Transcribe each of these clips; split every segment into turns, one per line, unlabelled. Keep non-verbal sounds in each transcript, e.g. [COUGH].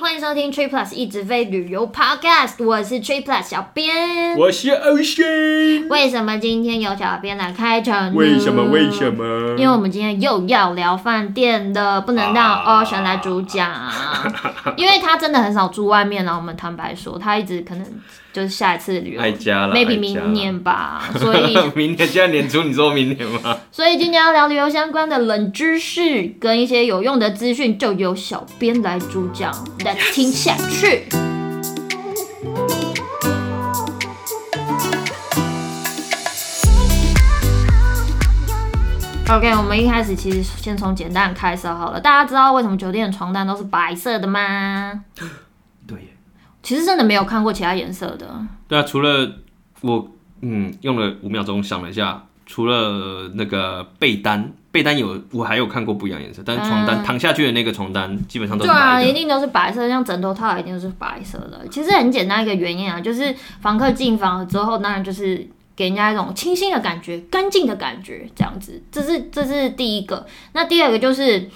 欢迎收听 Tree Plus 一直飞旅游 Podcast，我是 Tree Plus 小编。
我是 Ocean。
为什么今天由小编来开场呢？
为什么？为什？么？
因为我们今天又要聊饭店的，不能让
啊
Ocean 来主讲，
[LAUGHS]
因为他真的很少住外面了。啊我们坦白说，他一直可能就是下一次旅游
爱家了爱
maybe
家
明年吧。所以，
明年现在年初，你说明年吗？
所以今天要聊旅游相关的冷知识跟一些有用的资讯，就由小编来主讲。Let's 听下去。OK，我们一开始其实先从简单的开始好了。大家知道为什么酒店的床单都是白色的吗？
对耶，
其实真的没有看过其他颜色的。
对啊，除了我，嗯，用了五秒钟想了一下，除了那个被单，被单有我还有看过不一样颜色，但是床单、躺下去的那个床单基本上都
对
是
啊，
白
一
的。
定都是白色，像枕头套一定都是白色的。其实很简单一个原因啊，就是房客进房了之后，当然就是给人家一种清新的感觉、干净的感觉，这样子。这是这是第一个。那第二个就是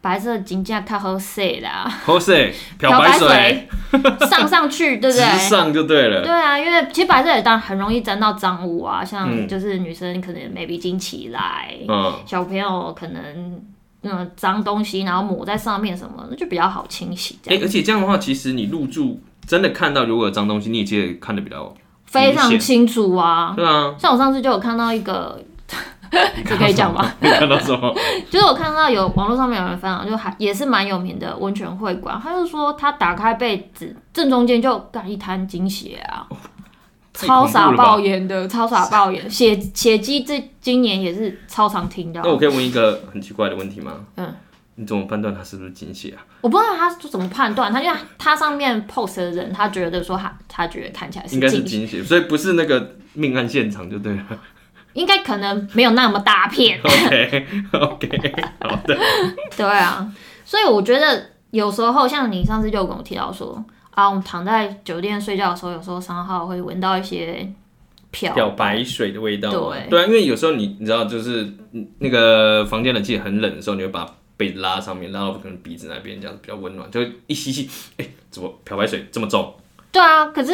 白色金价靠后塞啦，
Jose 漂
漂
白水
水上上去，对不
直 [LAUGHS]
对？
上就对
对
了。
啊，因为其实白色也当然很容易沾到脏污啊，像
嗯
就是女生可能 maybe 经期来，
嗯，
小朋友可能嗯脏东西，然后抹在上面什么，那就比较好清洗这样
哎、。而且这样的话，其实你入住真的看到如果有脏东西，你也记得看得比较。
非常清楚啊。
对啊，
像我上次就有看到一个，
[LAUGHS]
这可以讲吗？
你 [LAUGHS] 看到什么？
就是我看到有网络上面有人分享，就还也是蛮有名的温泉会馆，他就说他打开被子正中间就干一滩精血啊，
哦太
超
恐怖了吧
傻爆眼的，超傻爆眼，血血迹这今年也是超常听到
那。我可以问一个很奇怪的问题吗？
嗯，
你怎么判断它是不是精血啊？
我不知道他是怎么判断，他因为他上面 post 的人，他觉得说他他觉得看起来是
应该是
进血，
精血，所以不是那个命案现场就对
[LAUGHS]
了。
应该可能没有那么大片，
OK
[LAUGHS]
OK，好的。
对啊，所以我觉得有时候像你上次就有跟我提到说啊，我们躺在酒店睡觉的时候，有时候三号会闻到一些漂，
漂白水的味道嘛，
对
对啊，因为有时候你你知道，就是嗯那个房间冷气很冷的时候，你会把被拉上面，拉到可能鼻子那边，这样子比较温暖，就一吸气，哎、怎么漂白水这么重？
对啊，可是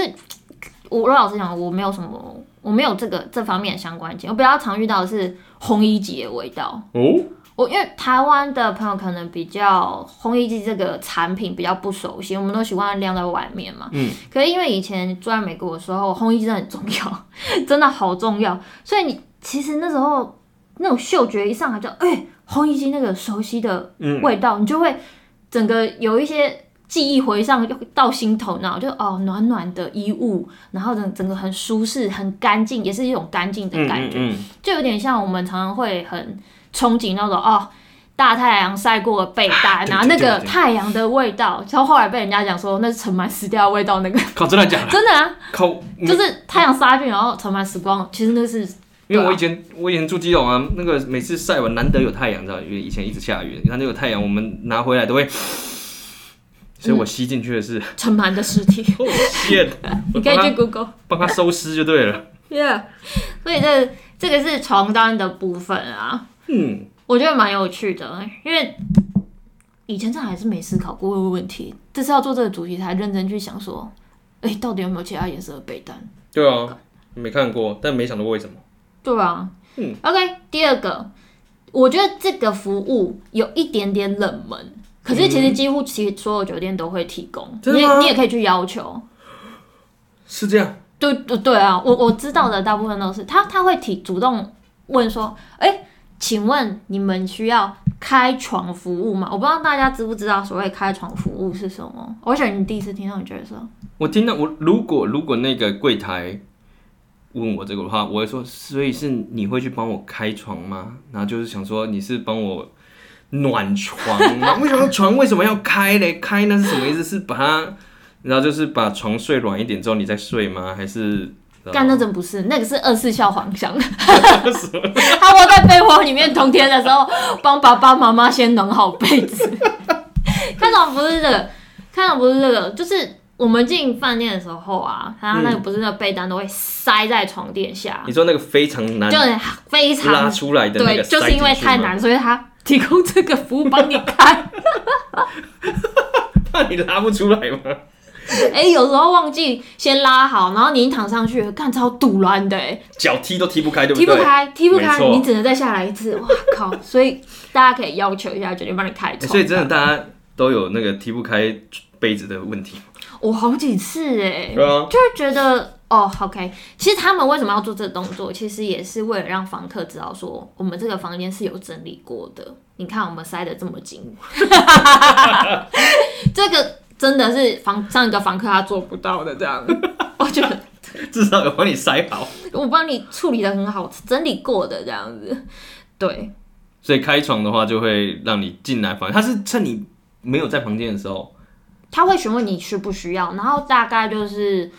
我我老实讲，我没有什么，我没有这个这方面的相关经验，我比较常遇到的是烘衣机的味道。
哦，
我因为台湾的朋友可能比较烘衣机这个产品比较不熟悉，我们都习惯晾在外面嘛。
嗯。
可是因为以前住在美国的时候，烘衣机真的很重要， [LAUGHS] 真的好重要。所以你其实那时候那种嗅觉一上来就，哎、烘衣机那个熟悉的
嗯，
味道，你就会整个有一些记忆回上到心头脑，就哦暖暖的衣物，然后整整个很舒适、很干净，也是一种干净的
嗯
感觉。
嗯嗯，
就有点像我们常常会很憧憬那种哦，大太阳晒过的被单，
啊 [LAUGHS] 对
然后那
对
个
对对
太阳的味道，然后后来被人家讲说那是尘螨死掉的味道，
[LAUGHS]
那个
嗯靠，真的假的？
真的啊，
靠，嗯
就是太阳杀菌，然后尘螨死光，其实那是
因为
对啊
我以前我以前住基隆啊，那个每次晒完难得有太阳，知道吗因为以前一直下雨，难得有太阳，我们拿回来都会，所以我吸进去的是，
尘螨的尸体，
哦
[LAUGHS]
天， [LAUGHS] 我
嗯你可以
帮
去
它
Google。
帮它收尸就对了。
Yeah，所以这这个是床单的部分啊，
嗯，
我觉得蛮有趣的，因为以前真的还是没思考过这个问题，这次要做这个主题才认真去想说，哎、到底有没有其他颜色的被单？
对啊，没看过，但没想到为什么。
对啊，
嗯
，OK，第二个，我觉得这个服务有一点点冷门，可是其实几乎其实所有酒店都会提供，
嗯真
你
的
也
吗
你也可以去要求。
是这样，
对对对啊，我我知道的大部分都是他他会提主动问说，哎、请问你们需要开床服务吗？我不知道大家知不知道所谓开床服务是什么。我想你第一次听到，你觉得是什么？
我听到我如果如果那个柜台问我这个的话，我会说，所以是你会去帮我开床吗？然后就是想说你是帮我暖床 [LAUGHS] 吗？为什么床为什么要开嘞？开那是什么意思？是把它，然后就是把床睡软一点之后你再睡吗？还是？呃
干那真不是，那个是二四孝黄
[LAUGHS]
香。他窝在被窝里面冬天的时候，帮爸爸妈妈先暖好被子。看到不是这个，看到不是这个，就是我们进饭店的时候啊，他那个不是那个被单都会塞在床垫下，
你说那个非常难
就很非
嗯拉
常
出来的那
对，
个，
就是因为太，难，所以他提供这个服务帮你开。
怕你拉不出来吗？
哎、有时候忘记先拉好，然后你一躺上去，看超堵乱的、哎，
脚踢都踢不开，对
踢不
对？
开，踢不开
没，错
你只能再下来一次。哇靠！所以大家可以要求一下，决定帮你开
欸
窗。
所以真的大家都有那个踢不开杯子的问题。
我好几次哎、
对啊，
就是觉得哦，OK，其实他们为什么要做这个动作，其实也是为了让房客知道说，我们这个房间是有整理过的。你看我们塞的这么紧， [LAUGHS] 这个真的是房上一个房客他做不到的，这样， [LAUGHS] 我觉得
[LAUGHS] 至少有帮你塞好。
我帮你处理的很好，整理过的这样子，对，
所以开床的话，就会让你进来房，他是趁你没有在房间的时候，
他会询问你需不需要，然后大概就是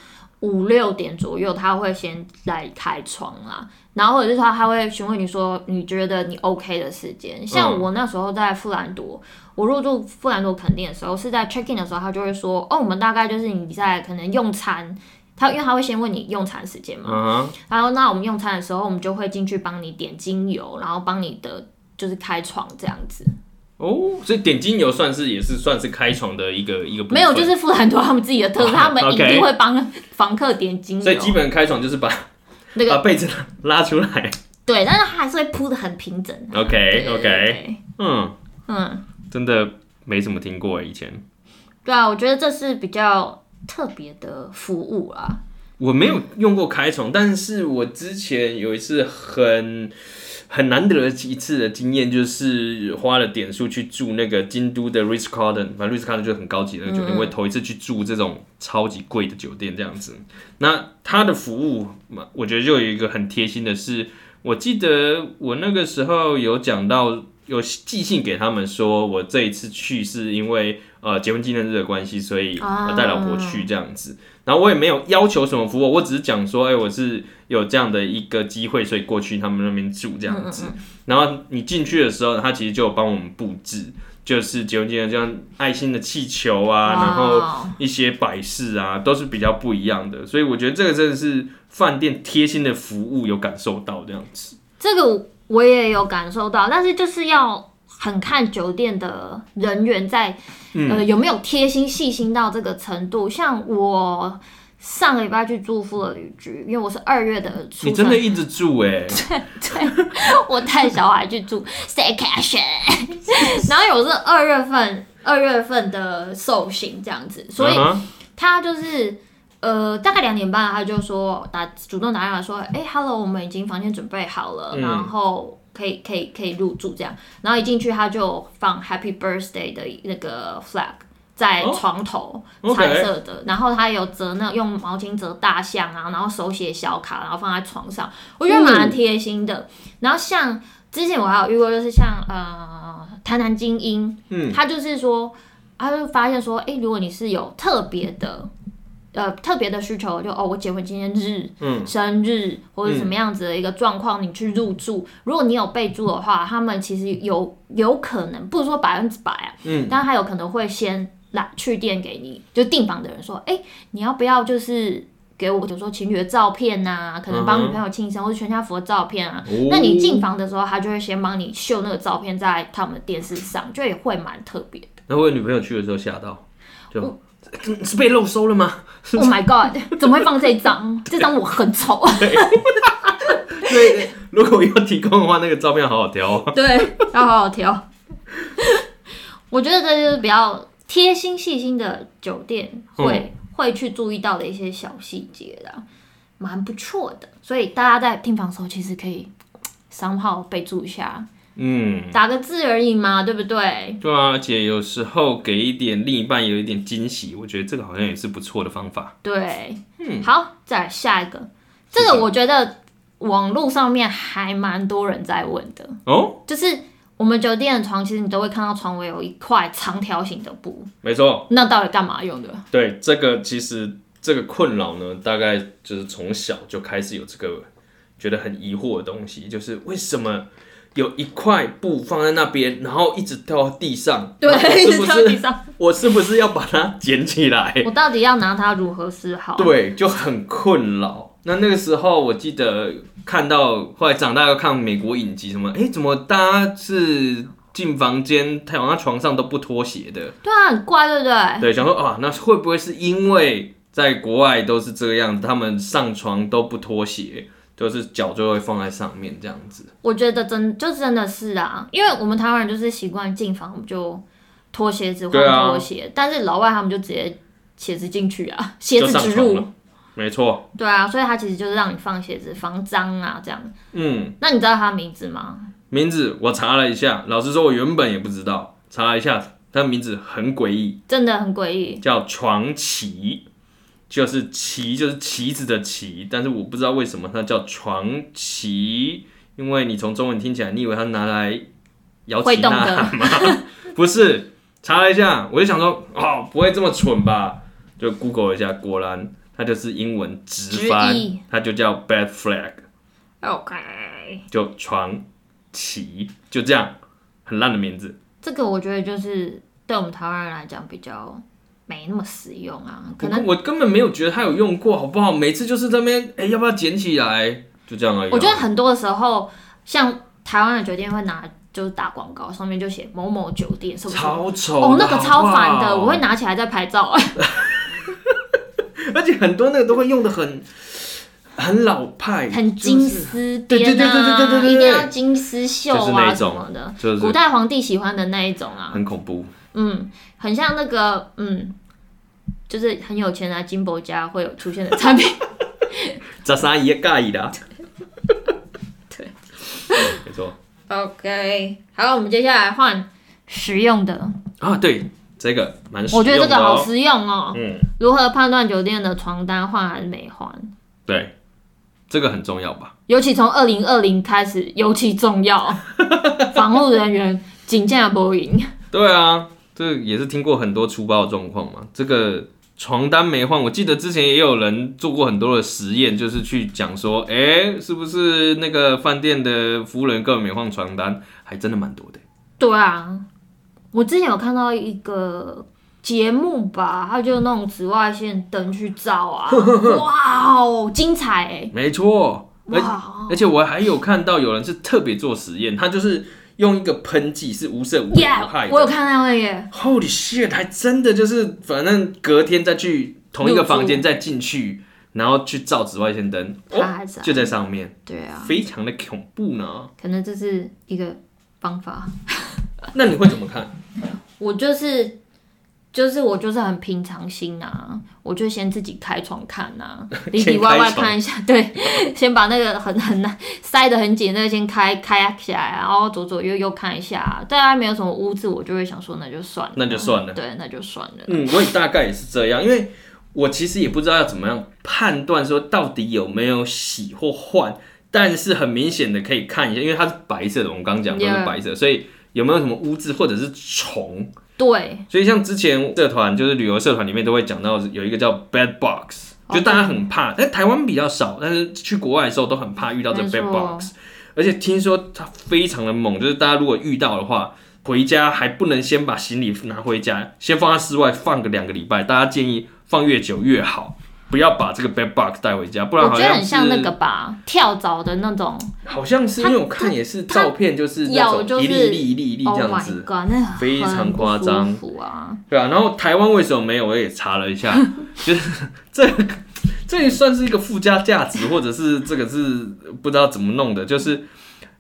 五六点左右，他会先来开窗啦，然后或者是说他会询问你说你觉得你 OK 的时间。像
嗯
我那时候在富兰多，我入住富兰多垦丁的时候是在 check in 的时候，他就会说哦，我们大概就是你在可能用餐，他因为他会先问你用餐时间嘛，
嗯哼，
然后那我们用餐的时候，我们就会进去帮你点精油，然后帮你的就是开窗这样子。
哦，所以点精油算是也是算是开床的一个一个部分。
没有，就是富兰多他们自己的特色，
哦
他们一
OK
定会帮房客点精
所以基
油。
本开床就是把
那个
[LAUGHS] 把被子拉拉出 [LAUGHS] 来。
对，但是他还是会铺的很平整啊。对
OK
对
OK，
对
嗯，
嗯，
真的没怎么听过欸以前，
对啊，我觉得这是比较特别的服务啊啦。
我没有用过开床，但是我之前有一次很很难得的一次的经验，就是花了点数去住那个京都的 Ritz Carlton，反正 Ritz Carlton 就是很高级的那个酒店，我也头一次去住这种超级贵的酒店这样子。那它的服务嘛，我觉得就有一个很贴心的是，我记得我那个时候有讲到。有寄信给他们说，我这一次去是因为呃结婚纪念日的关系，所以我带老婆去这样子。然后我也没有要求什么服务，我只是讲说，哎、我是有这样的一个机会，所以过去他们那边住这样子。然后你进去的时候，他其实就有帮我们布置，就是结婚纪念这样爱心的气球啊，然后
后
一些摆饰啊，都是比较不一样的。所以我觉得这个真的是饭店贴心的服务，有感受到这样子。
这个我也有感受到，但是就是要很看酒店的人员在
嗯
呃有没有贴心细心到这个程度。像我上个礼拜去住富乐旅居，因为我是二月的出生，
你真的一直住哎、
[LAUGHS] 我带小孩去住 staycation，然后有是二月份二月份的寿星这样子， [LAUGHS] 所以
嗯哼
他就是呃大概两点半他就说打主动打电话说，哎、h e l l o 我们已经房间准备好了，
嗯
然后可以可以可以入住这样，然后一进去他就放 Happy Birthday 的那个 flag。在
哦
床头、
OK
彩色的然后他有折那用毛巾折大象啊，然后手写小卡，然后放在床上，我觉得蛮贴心的。
嗯
然后像之前我还有遇过，就是像呃谈谈精英，
嗯，
他就是说，他就发现说，哎、如果你是有特别的。呃，特别的需求就哦，我结婚纪念日、
嗯
生日或者什么样子的一个状况，你去入住。如果你有备注的话，他们其实有有可能，不是说百分之百啊，
嗯，
但他有可能会先来去店给你，就订房的人说，哎、你要不要就是给我，比如说情侣的照片呐、可能帮
嗯
女
哼
朋友庆生、或者全家福的照片啊，
哦
那你进房的时候，他就会先帮你秀那个照片在他们的电视上，就也会蛮特别。
然后我女朋友去的时候吓到，就、哦是被漏收了吗？
[LAUGHS] Oh my god！怎么会放这张？ [LAUGHS] 这张我很丑。 [LAUGHS]
对，如果要提供的话，那个照片好好挑哦。
对，要好好挑。我觉得这就是比较贴心细心的酒店会、会去注意到的一些小细节啦，蛮不错的。所以大家在订房的时候，其实可以商号备注一下，
嗯，
打个字而已嘛，对不对？
对啊，而且有时候给一点另一半有一点惊喜，我觉得这个好像也是不错的方法。
对，
嗯
好，再来下一个，这个我觉得网络上面还蛮多人在问的，
哦，
就是我们酒店的床，其实你都会看到床尾有一块长条形的布，
没错，
那到底干嘛用的？
对这个其实这个困扰呢，大概就是从小就开始有这个觉得很疑惑的东西，就是为什么有一块布放在那边，然后一直掉到地上，
对 [LAUGHS]
然后，
一
是
直
不
掉地
是？
上，
我是不是要把它捡起来？
我到底要拿它如何是好？
对，就很困扰。那那个时候，我记得看到后来长大要看美国影集，什么，哎、怎么大家是进房间，躺在床上都不脱鞋的。
对啊，很怪，对不对？
对，想说啊，那会不会是因为在国外都是这样，他们上床都不脱鞋，就是脚就会放在上面这样子？
我觉得真就真的是啊，因为我们台湾人就是习惯进房就脱鞋子
对啊
换拖鞋，但是老外他们就直接鞋子进去啊， [LAUGHS] 鞋
就
子
上
植
床
入，
了，没错。
对啊，所以他其实就是让你放鞋子防脏啊这样。
嗯，
那你知道他名字吗？
名字我查了一下，老实说，我原本也不知道，查了一下，他名字很诡异。
真的很诡异，
叫床旗，就是旗就是旗子的旗，但是我不知道为什么它叫床旗，因为你从中文听起来，你以为它拿来摇
会
旗呐
动的 [LAUGHS]
喊吗？不是，查了一下，我就想说，哦，不会这么蠢吧？就 Google 一下，果然它就是英文直翻
直译，
它就叫 bed flag，
OK，
就床旗，就这样，很烂的名字。
这个我觉得就是对我们台湾人来讲比较没那么实用啊，可
可
能
我根本没有觉得它有用过，好不好？每次就是这边，哎、要不要捡起来？就这样而已啊、
我觉得很多的时候，像台湾的酒店会拿就是打广告，上面就写某某酒店什么什么。
超丑的
哦，那个超烦的，
好不好哎
我会拿起来再拍照啊。
而且很多那个都会用的很很老派，
[LAUGHS] 很金丝
对对
边啊，
对对对对对对对
一定要金丝袖
就是那
啊
一
什
种
么的，
就是
古代皇帝喜欢的那一种啊，
很恐怖。
嗯，很像那个嗯，就是很有钱的金箔家会有出现的产品。
扎沙也尬意的，
[LAUGHS] 对，
没错
OK，好，我们接下来换实用的，
啊，对这个蛮实
我
用
觉
的哦、
得这个好实用哦。
嗯，
如何判断酒店的床单换还是没换？
对，这个很重要吧？
尤其从二零二零开始尤其重
[LAUGHS]
要。防护人员警戒不赢，
对啊，这也是听过很多粗暴的状况嘛。这个床单没换，我记得之前也有人做过很多的实验，就是去讲说，哎、是不是那个饭店的服务人根本没换床单？还真的蛮多的。
对啊，我之前有看到一个节目吧，它就那种紫外线灯去照
[LAUGHS]
啊，哇哦，精彩欸
没错，而
哇哦
而且我还有看到有人是特别做实验，他就是用一个喷剂是无色无害
，Yeah，我有
的。
看到那个耶，
Holy shit！还真的就是，反正隔天再去同一个房间再进去，然后去照紫外线灯，
它
哦，
还在，
就在上面，
对啊，
非常的恐怖呢。
可能这是一个方法。
那你会怎么看？
我就是就是我就是很平常心啊，我就先自己开窗看
[LAUGHS]
啊，里里外外
先开窗
看一下，对， [LAUGHS] 先把那个很很难塞得很紧那个先开开起来，然后左左右右看一下、啊，大家没有什么污渍，我就会想说那就算了，
那就算了
对，那就算了。
嗯，我也大概也是这样，因为我其实也不知道要怎么样判断说到底有没有洗或换，但是很明显的可以看一下，因为它是白色的，我们刚刚讲它
Yeah
是白色所以有没有什么污渍或者是虫？
对，
所以像之前社团就是旅游社团里面都会讲到有一个叫 bed box，
哦
就大家很怕，但台湾比较少，但是去国外的时候都很怕遇到这
没
bed
错
box，而且听说它非常的猛，就是大家如果遇到的话，回家还不能先把行李拿回家，先放在室外放个两个礼拜，大家建议放越久越好。不要把这个 bed box 带回家，不然
我
好
觉得
像
很
是
像那个吧，跳蚤的那种
好像是因为我看也是照片，就是那
咬就
种
是
一粒一粒一粒一粒
，Oh
这
my
样子，
god，那很
非常夸张
不舒服啊，
对啊，然后台湾为什么没有？我也查了一下，就是这这也算是一个附加价值，或者是这个是不知道怎么弄的，就是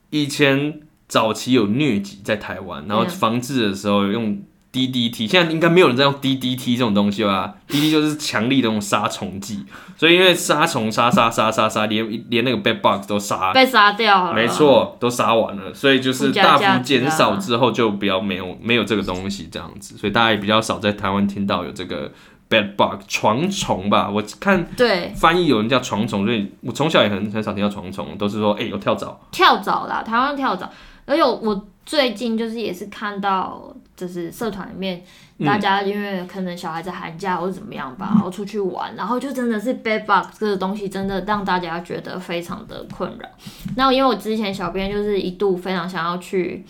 以前早期有疟疾在台湾，然后
嗯
防治的时候用 DDT，现在应该没有人在用 DDT 这种东西吧？DDT 就是强力的那种杀虫剂，所以因为杀虫杀杀杀杀杀，连连那个 bed bug 都杀
被杀掉了，
没，错，都杀完了，所以就是
附加
大
价啊
幅
值
减少
啊
之后，就比较没有没有这个东西这样子，所以大家也比较少在台湾听到有这个 bed bug 床虫吧。我看
对，
翻译有人叫床虫，所以我从小也很很少听到床虫，都是说哎、有跳蚤，
跳蚤啦，台湾跳蚤。而且我最近就是也是看到，就是社团里面
嗯
大家因为可能小孩子寒假或者怎么样吧，然后出去玩，然后就真的是 bed bug 这个东西真的让大家觉得非常的困扰。那因为我之前小编就是一度非常想要去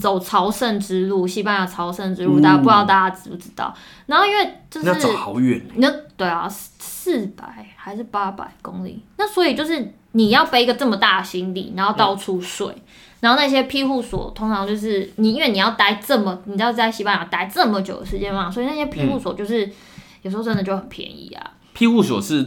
走朝圣之路，西班牙朝圣之路，大家不知道大家知不知道？然后因为就是
那走好远，
那对啊，四百还是八百公里？那所以就是你要背一个这么大的行李，然后到处睡，然后那些庇护所通常就是你，因为你要待这么，你知道在西班牙待这么久的时间嘛，所以那些庇护所就是、有时候真的就很便宜啊，
庇护所是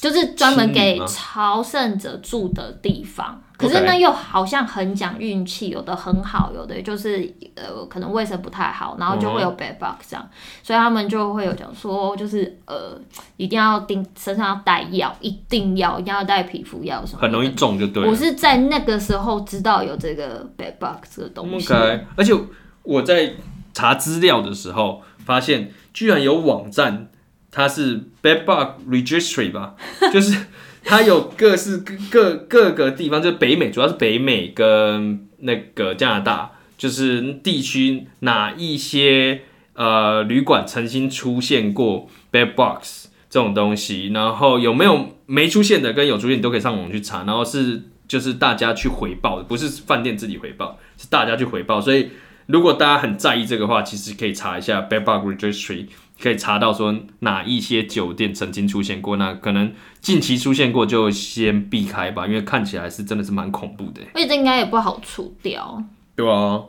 就是专门
青旅
给
吗
朝圣者住的地方。可是
OK
呢，又好像很讲运气，有的很好，有的就是呃，可能卫生不太好，然后就会
哦
有 bad bug 这样，所以他们就会有讲说，就是呃，一定要盯身上要带药，一定要一定要带皮肤药什么的。
很容易中就对啊了
我。是在那个时候知道有这个 bad bug 这个东西。
OK，而且我在查资料的时候发现，居然有网站，它是 Bed Bug Registry 吧， [LAUGHS] 就是它有各式各各各个地方，就是北美，主要是北美跟那个加拿大，就是地区哪一些呃旅馆曾经出现过 Bed Bugs 这种东西，然后有没有没出现的跟有出现，你都可以上网去查，然后是就是大家去回报的，不是饭店自己回报，是大家去回报。所以如果大家很在意这个的话，其实可以查一下 Bed Bug Registry，可以查到说哪一些酒店曾经出现过。那可能近期出现过就先避开吧，因为看起来是真的是蛮恐怖的。
而且这应该也不好除掉。
对啊，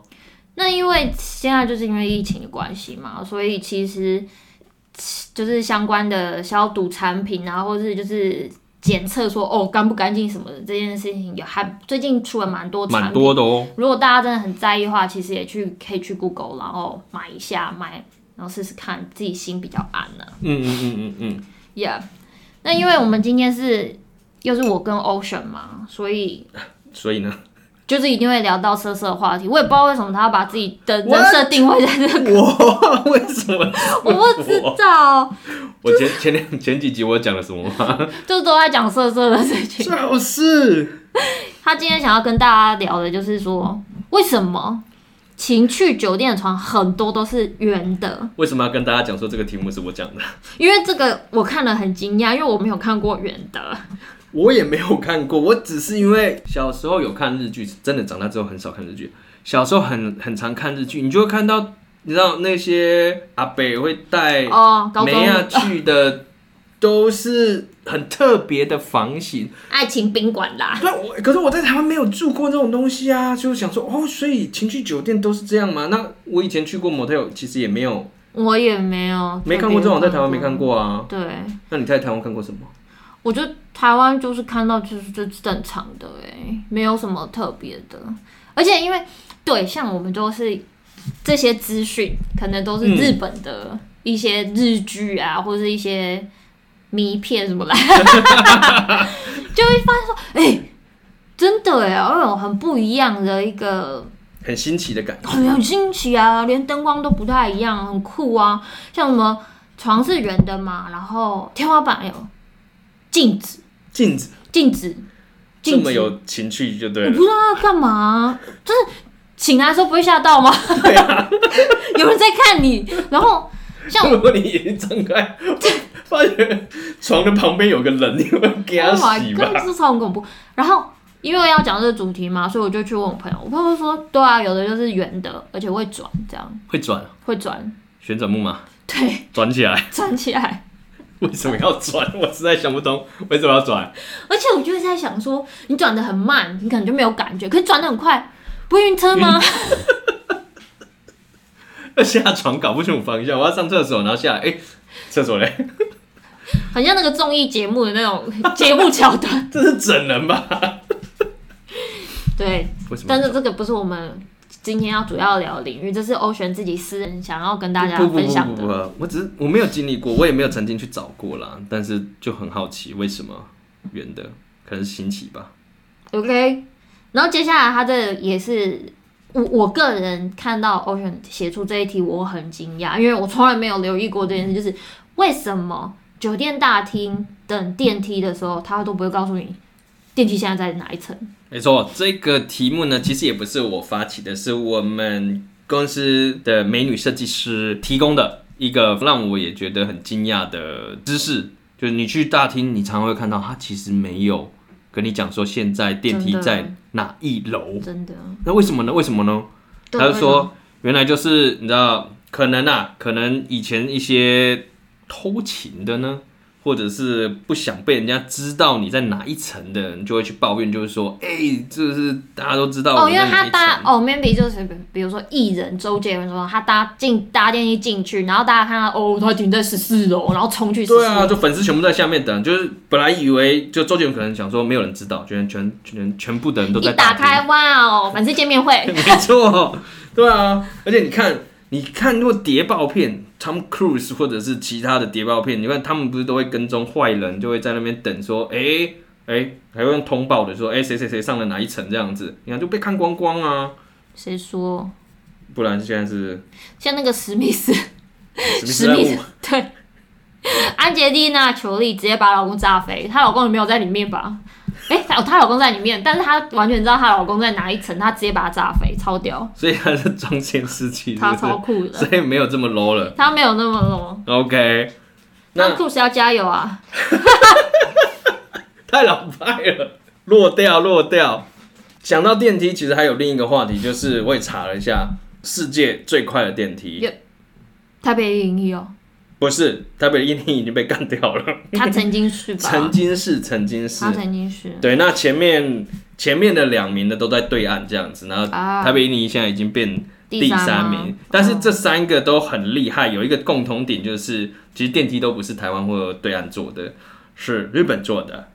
那因为现在就是因为疫情的关系嘛，所以其实就是相关的消毒产品啊，或是就是检测说哦干不干净什么的这件事情，也还最近出了蛮多产
蛮
品。
多的哦。
如果大家真的很在意的话，其实也去可以去 Google，然后买一下买，然后试试看，自己心比较安呢、
嗯嗯嗯嗯嗯，
Yeah，那因为我们今天是又是我跟 Ocean 嘛，所以
所以呢，
就是一定会聊到色色的话题。我也不知道为什么他要把自己的人
What？
设定位在这个
[LAUGHS] 我为什么？
我不知道，
我前前两前几集我讲了什么吗？
就都在讲色色的事情。
[LAUGHS] 就是
他今天想要跟大家聊的就是说，为什么情趣酒店的床很多都是圆的？
为什么要跟大家讲说这个题目是我讲的？
因为这个我看了很惊讶，因为我没有看过圆的。
我也没有看过，我只是因为小时候有看日剧，真的长大之后很少看日剧。小时候很很常看日剧，你就会看到，你知道那些阿北会带
哦，高中
梅亚去的，都是很特别的房型。
爱情宾馆啦，
[LAUGHS] 对，我可是我在台湾没有住过这种东西啊，就想说哦，所以情趣酒店都是这样吗？那我以前去过 motel，其实也没有
我也没有
没看过这种，在台湾没看。过啊。
对，
那你在台湾看过什么？
我觉得台湾就是看到就是就是正常的哎、没有什么特别的。而且因为对，像我们就是这些资讯，可能都是日本的一些日剧啊，或者是一些迷片什么的，就会发现说，哎、真的哎、欸，有很不一样的一个
很新奇的感觉。
很很新奇啊，连灯光都不太一样，很酷啊。像什么床是圆的嘛，然后天花板有镜子，
镜子
镜子，
这
镜
么
子，
有情趣就对
我
了 [LAUGHS]
不。知道他干嘛，就是醒来的时候不会吓到吗？ [LAUGHS]
对啊，
有人在看你，然后
[LAUGHS]
像
如果你眼睛张开，发觉床的旁边有个人，你会给他
Oh my
洗
god，
吧？
这超很恐怖。然后因为要讲这个主题嘛，所以我就去问我朋友，我朋友说，对啊，有的就是圆的，而且会转，这样
会转，
会转，
旋转木马
对，
转起来， [LAUGHS]
转起来。
为什么要转？我实在想不通为什么要转。
而且我就是在想说，你转的很慢，你可能就没有感觉，可是转的很快，不会晕车吗？
下床搞不清楚方向，我要上厕所，然后下来，哎、厕所嘞，
很像那个综艺节目的那种节目桥段。
这是整人吧？
对，
为什么
但
要
是
转？
这个不是我们今天要主要聊的领域，这是欧璇自己私人想要跟大家
不不
分
不
享的。
不不不，我只是我没有经历过，我也没有曾经去找过啦，但是就很好奇为什么圆的，可能是新奇吧。
OK，然后接下来他的也是我我个人看到 Ocean 写出这一题，我很惊讶，因为我从来没有留意过这件事，就是为什么酒店大厅等电梯的时候，他都不会告诉你电梯现在在哪一层。
没错，这个题目呢，其实也不是我发起的，是我们公司的美女设计师提供的一个让我也觉得很惊讶的知识。就是你去大厅，你常会看到它其实没有跟你讲说现在电梯
真的
在哪一楼，
真的，
那为什么呢？为什么呢？
对
他就说原来就是你知道，可能啊，可能以前一些偷情的呢，或者是不想被人家知道你在哪一层的人，就会去抱怨，就是说，哎、就是大家都知道
哦，
我在
因为
哪
他
一
搭
层。
哦，maybe 就是比比如说艺人周杰伦说他搭进搭电梯进去，然后大家看到哦，他停在十四楼，然后冲去十四
对啊，
楼。
就粉丝全部在下面等，就是本来以为就周杰伦可能想说没有人知道，全全全全部的人都在
一打
大厅
开，哇哦，粉丝见面会，
[LAUGHS] 没错，对啊，而且你看，你看，如果谍报片，Tom Cruise 或者是其他的谍报片，你看他们不是都会跟踪坏人，就会在那边等说，哎、哎、还会用通报的说，哎、谁谁谁上了哪一层这样子，你看就被看光光啊，
谁说？
不然现在是
像那个史密斯，
史密斯在
斯对，安杰丽娜·裘丽直接把老公炸飞，她老公也没有在里面吧？哎、她她老公在里面，但是她完全知道她老公在哪一层，她直接把他炸飞，超屌，
所以他是装监视器，是
她
不
超
是？
酷的，
所以没有这么 low 了
她没有那么 low。
，OK，
那
那
酷是要加油啊！
太老派了，落掉落掉。讲到电梯，其实还有另一个话题，就是我也查了一下世界最快的电梯。
台北影艺哦，
不是，台北的印尼已经被干掉了。
[LAUGHS] 她曾经是吧？
曾经是，曾经是
她，曾经是
对。那前面前面的两名的都在对岸这样子，然后
啊
台北印尼现在已经变第
吗
三名，但是
哦
这三个都很厉害，有一个共同点就是，其实电梯都不是台湾或对岸做的，是日本做的。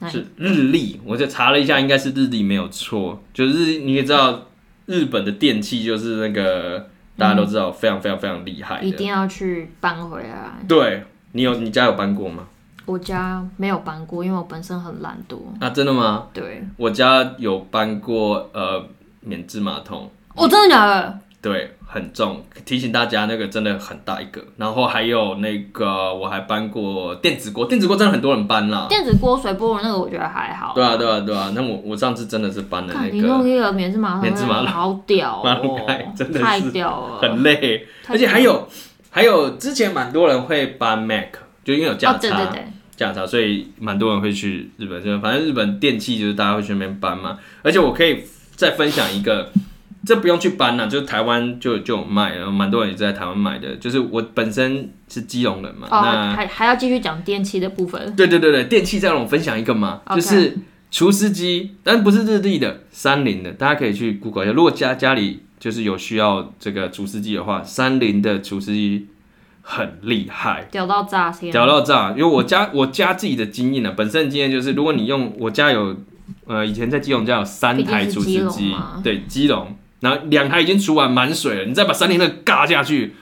哎
是日立，我就查了一下，应该是日立没有错。就是你也知道，日本的电器就是那个大家都知道，非常非常非常厉害
一
的。
定要去搬回来。
对你有你家有搬过吗？
我家没有搬过，因为我本身很懒惰。
啊，真的吗？
对，
我家有搬过呃免治马桶，
我、哦真的假的？
对，很重。提醒大家，那个真的很大一个。然后还有那个，我还搬过电子锅，电子锅真的很多人搬啦。
电子锅、水波炉那个我觉得还好。
对啊，对啊，对啊。那我我上次真的是搬了
看
那
你弄
个，
一个免治马桶，
免治马桶
好屌
马桶盖
哦，
真的是
太屌了。
很累，
太
而且还有还有之前蛮多人会搬 Mac，就因为有价
哦，
差。
对对对，
价差，所以蛮多人会去日本。就反正日本电器就是大家会去那边搬嘛。而且我可以再分享一个，这不用去搬了，就是台湾就就有卖，然后蛮多人也在台湾买的。就是我本身是基隆人嘛，
哦，
那
还还要继续讲电器的部分。
对对对对，电器再让我分享一个嘛
OK
就是除湿机，但不是日立的，三菱的，大家可以去 Google 一下。如果家家里就是有需要这个除湿机的话，三菱的除湿机很厉害。
屌到炸天！
聊到这啊，因为我家我家自己的经验呢、本身的经验就是，如果你用我家有，呃，以前在基隆家有三台
毕竟
除
是基
湿
隆
机
嘛，
对，基隆，然后两台已经除完满水了，你再把三菱的尬下去，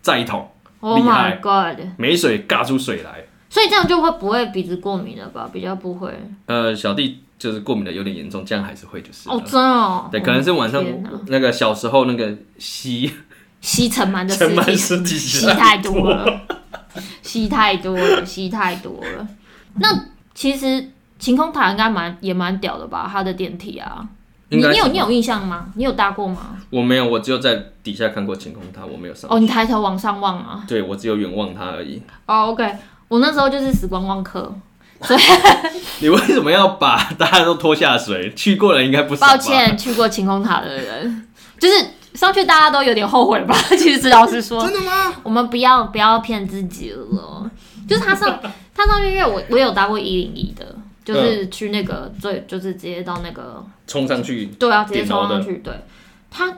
再一桶
Oh
厉
my
害
god！
没水尬出水来。
所以这样就会不会鼻子过敏了吧？比较不会。
呃，小弟就是过敏的有点严重，这样还是会就是了
哦，真的哦。
对，可能是晚上
天哪
那个小时候那个
[LAUGHS]
吸
吸尘螨的
尘螨
尸体吸
尸体
太多
[LAUGHS]
了，吸太多了，吸太多了。那其实晴空塔应该蛮也蛮屌的吧？它的电梯啊，你
应该
你有
是
你有印象吗？你有搭过吗？
我没有，我只有在底下看过晴空塔，我没有上。
哦，你抬头往上望啊。
对，我只有远望它而已。
哦，OK，我那时候就是死观光客，
你为什么要把大家都拖下水？去过了应该不少吧
抱，歉去过晴空塔的人，就是上去大家都有点后悔吧。其实老实说，
真的吗？
我们不要不要骗自己了，就是他上他上去，因为我我有搭过一零一的，就是
嗯
去那个最就是直接到那个
冲上去，
对啊，直接
顶楼
冲
的
上去。对，它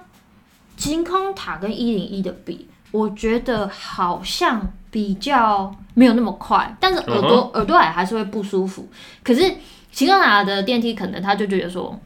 晴空塔跟一零一的比，我觉得好像比较没有那么快，但是耳朵、耳朵还还是会不舒服。可是晴空塔的电梯可能他就觉得说。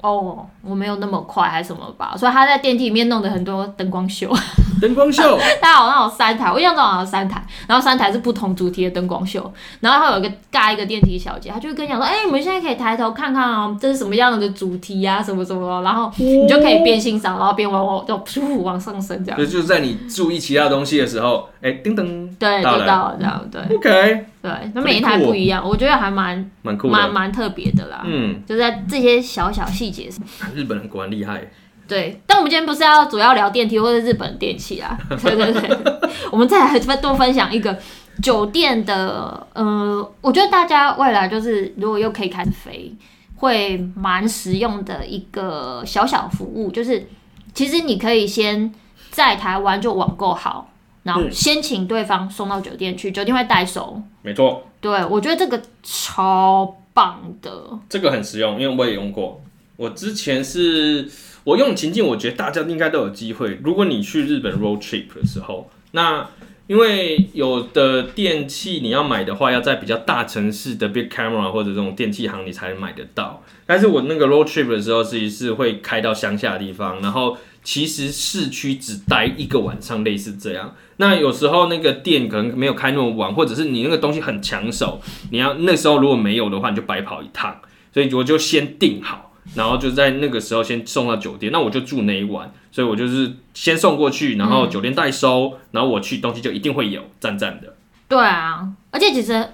哦，我没有那么快，还是什么吧，所以他在电梯里面弄的很多灯光秀，
灯光秀，
[LAUGHS] 大家好像有三台，我印象中好像有三台，然后三台是不同主题的灯光秀，然后还有一个尬一个电梯小姐，她就会跟你讲说，哎、你们现在可以抬头看看哦，这是什么样的主题啊，什么什么，然后你就可以边欣赏，然后边往往就噗往上升这样
就，就是在你注意其他东西的时候，哎、叮噔
对，
到
就
了
到了这样，对
，OK，
对，那每一台不一样，我觉得还蛮
蛮哦酷
蛮
的。
蛮特别的啦，
嗯，
就在这些小小细节上。
日本人果然厉害。
对，但我们今天不是要主要聊电梯或者日本电器啦，对对对，我们再来多分享一个酒店的，呃，我觉得大家未来就是如果又可以开始飞，会蛮实用的一个小小服务，就是其实你可以先在台湾就网购好，然后先请对方送到酒店去，酒店会代收。
没错，
对，我觉得这个超棒的。
这个很实用，因为我也用过。我之前是我用的情境，我觉得大家应该都有机会。如果你去日本 road trip 的时候，那因为有的电器你要买的话，要在比较大城市的 big camera 或者这种电器行你才买得到。但是我那个 road trip 的时候，其实是会开到乡下的地方，然后其实市区只待一个晚上，类似这样。那有时候那个店可能没有开那么晚，或者是你那个东西很抢手，你要那时候如果没有的话，你就白跑一趟。所以我就先订好，然后就在那个时候先送到酒店。那我就住那一晚，所以我就是先送过去，然
嗯
后酒店代收，然后我去东西就一定会有，赞赞的。
对啊，而且其实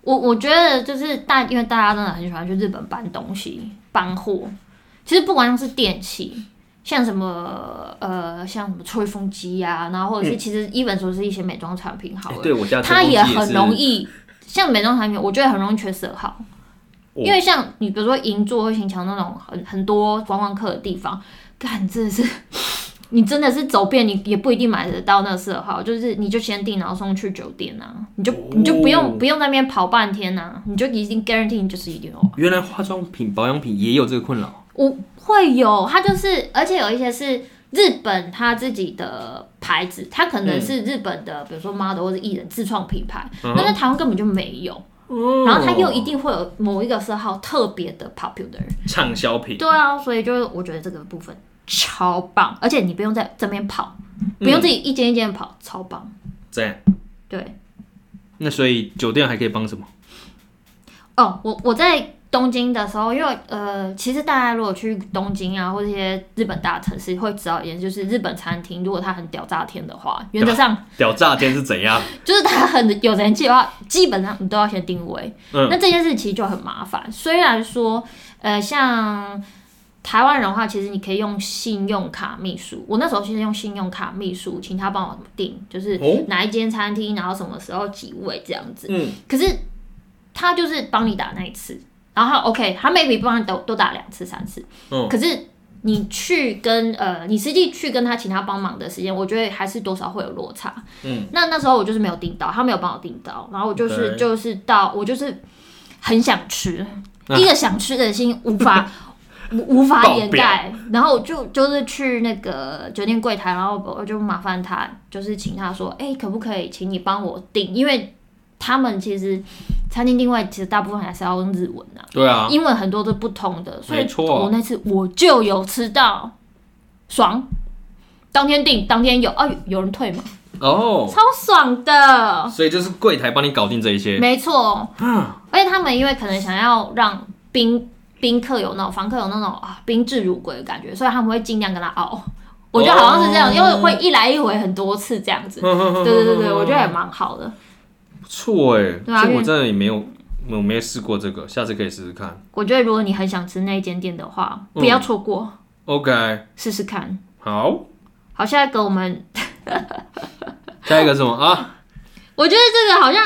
我我觉得就是大，因为大家真的很喜欢去日本搬东西、搬货。其实不管是电器，像什么呃，像什么吹风机啊，然后或者是其实一本说是一些美妆产品好
哎
了，
对我家
它
吹风机也
很容
是，
易，像美妆产品，我觉得很容易缺色号。
哦
因为像你比如说银座或行桥那种很很多观光客的地方，干真的是，你真的是走遍你也不一定买得到那个色号，就是你就先订，然后送去酒店啊，你就你就不用
哦
不用在那边跑半天啊，你就已经 guarantee 你就是一定有。
原来化妆品、保养品也有这个困扰。
我会有，它就是，而且有一些是日本它自己的牌子，它可能是日本的，比如说 model 或者艺人自创品牌，那、在台湾根本就没有。然后它又一定会有某一个色号特别的 popular，
畅销品，
对啊，所以就是我觉得这个部分超棒，而且你不用在这边跑，不用自己一间一间跑，超棒。
这样。
对，
那所以酒店还可以帮什么？
哦，我我在东京的时候，因为呃，其实大家如果去东京啊，或者一些日本大城市，会知道一件事，就是日本餐厅，如果它很屌炸天的话，原则上
屌炸天是怎样？
就是它很有人气的话， [LAUGHS] 基本上你都要先定位。
嗯
那这件事其实就很麻烦。虽然说，呃，像台湾人的话，其实你可以用信用卡秘书。我那时候其实用信用卡秘书，请他帮我订，就是
哦
哪一间餐厅，然后什么时候几位这样子。
嗯，
可是他就是帮你打那一次，然后他 OK，他 maybe 帮你都都打两次、三次。
嗯
可是你去跟呃，你实际去跟他请他帮忙的时间，我觉得还是多少会有落差。
嗯，
那那时候我就是没有订到，他没有帮我订到，然后我就是
OK
就是到我就是很想吃，
啊
一个想吃的心无
[LAUGHS]
法。无无法
爆
掩
表
盖，然后我就就是去那个酒店柜台，然后我就麻烦他，就是请他说，哎、可不可以请你帮我订？因为他们其实餐厅定位其实大部分还是要用日文啊，
对啊，
英文很多都不同的，所以
没错
我那次我就有吃到，爽，当天订当天有，啊，有人退嘛，
哦，
超爽的，
所以就是柜台帮你搞定这一些。
哦
[LAUGHS]
没错，
嗯，
而且他们因为可能想要让宾宾客有那种房客有那种啊宾至如归的感觉，所以他们会尽量跟他熬。我觉得好像是这样，
哦嗯
因为会一来一回很多次这样子。对
对
对对对，我觉得也蛮好的。
不错哎，
对啊
这
因
我
为
真的也没有，我没有试过这个，下次可以试试看。
我觉得如果你很想吃那一间店的话，不
嗯
要错过，
OK，
试试看。
好，
好，下一个我们
下一个是什么啊？
我觉得这个好像，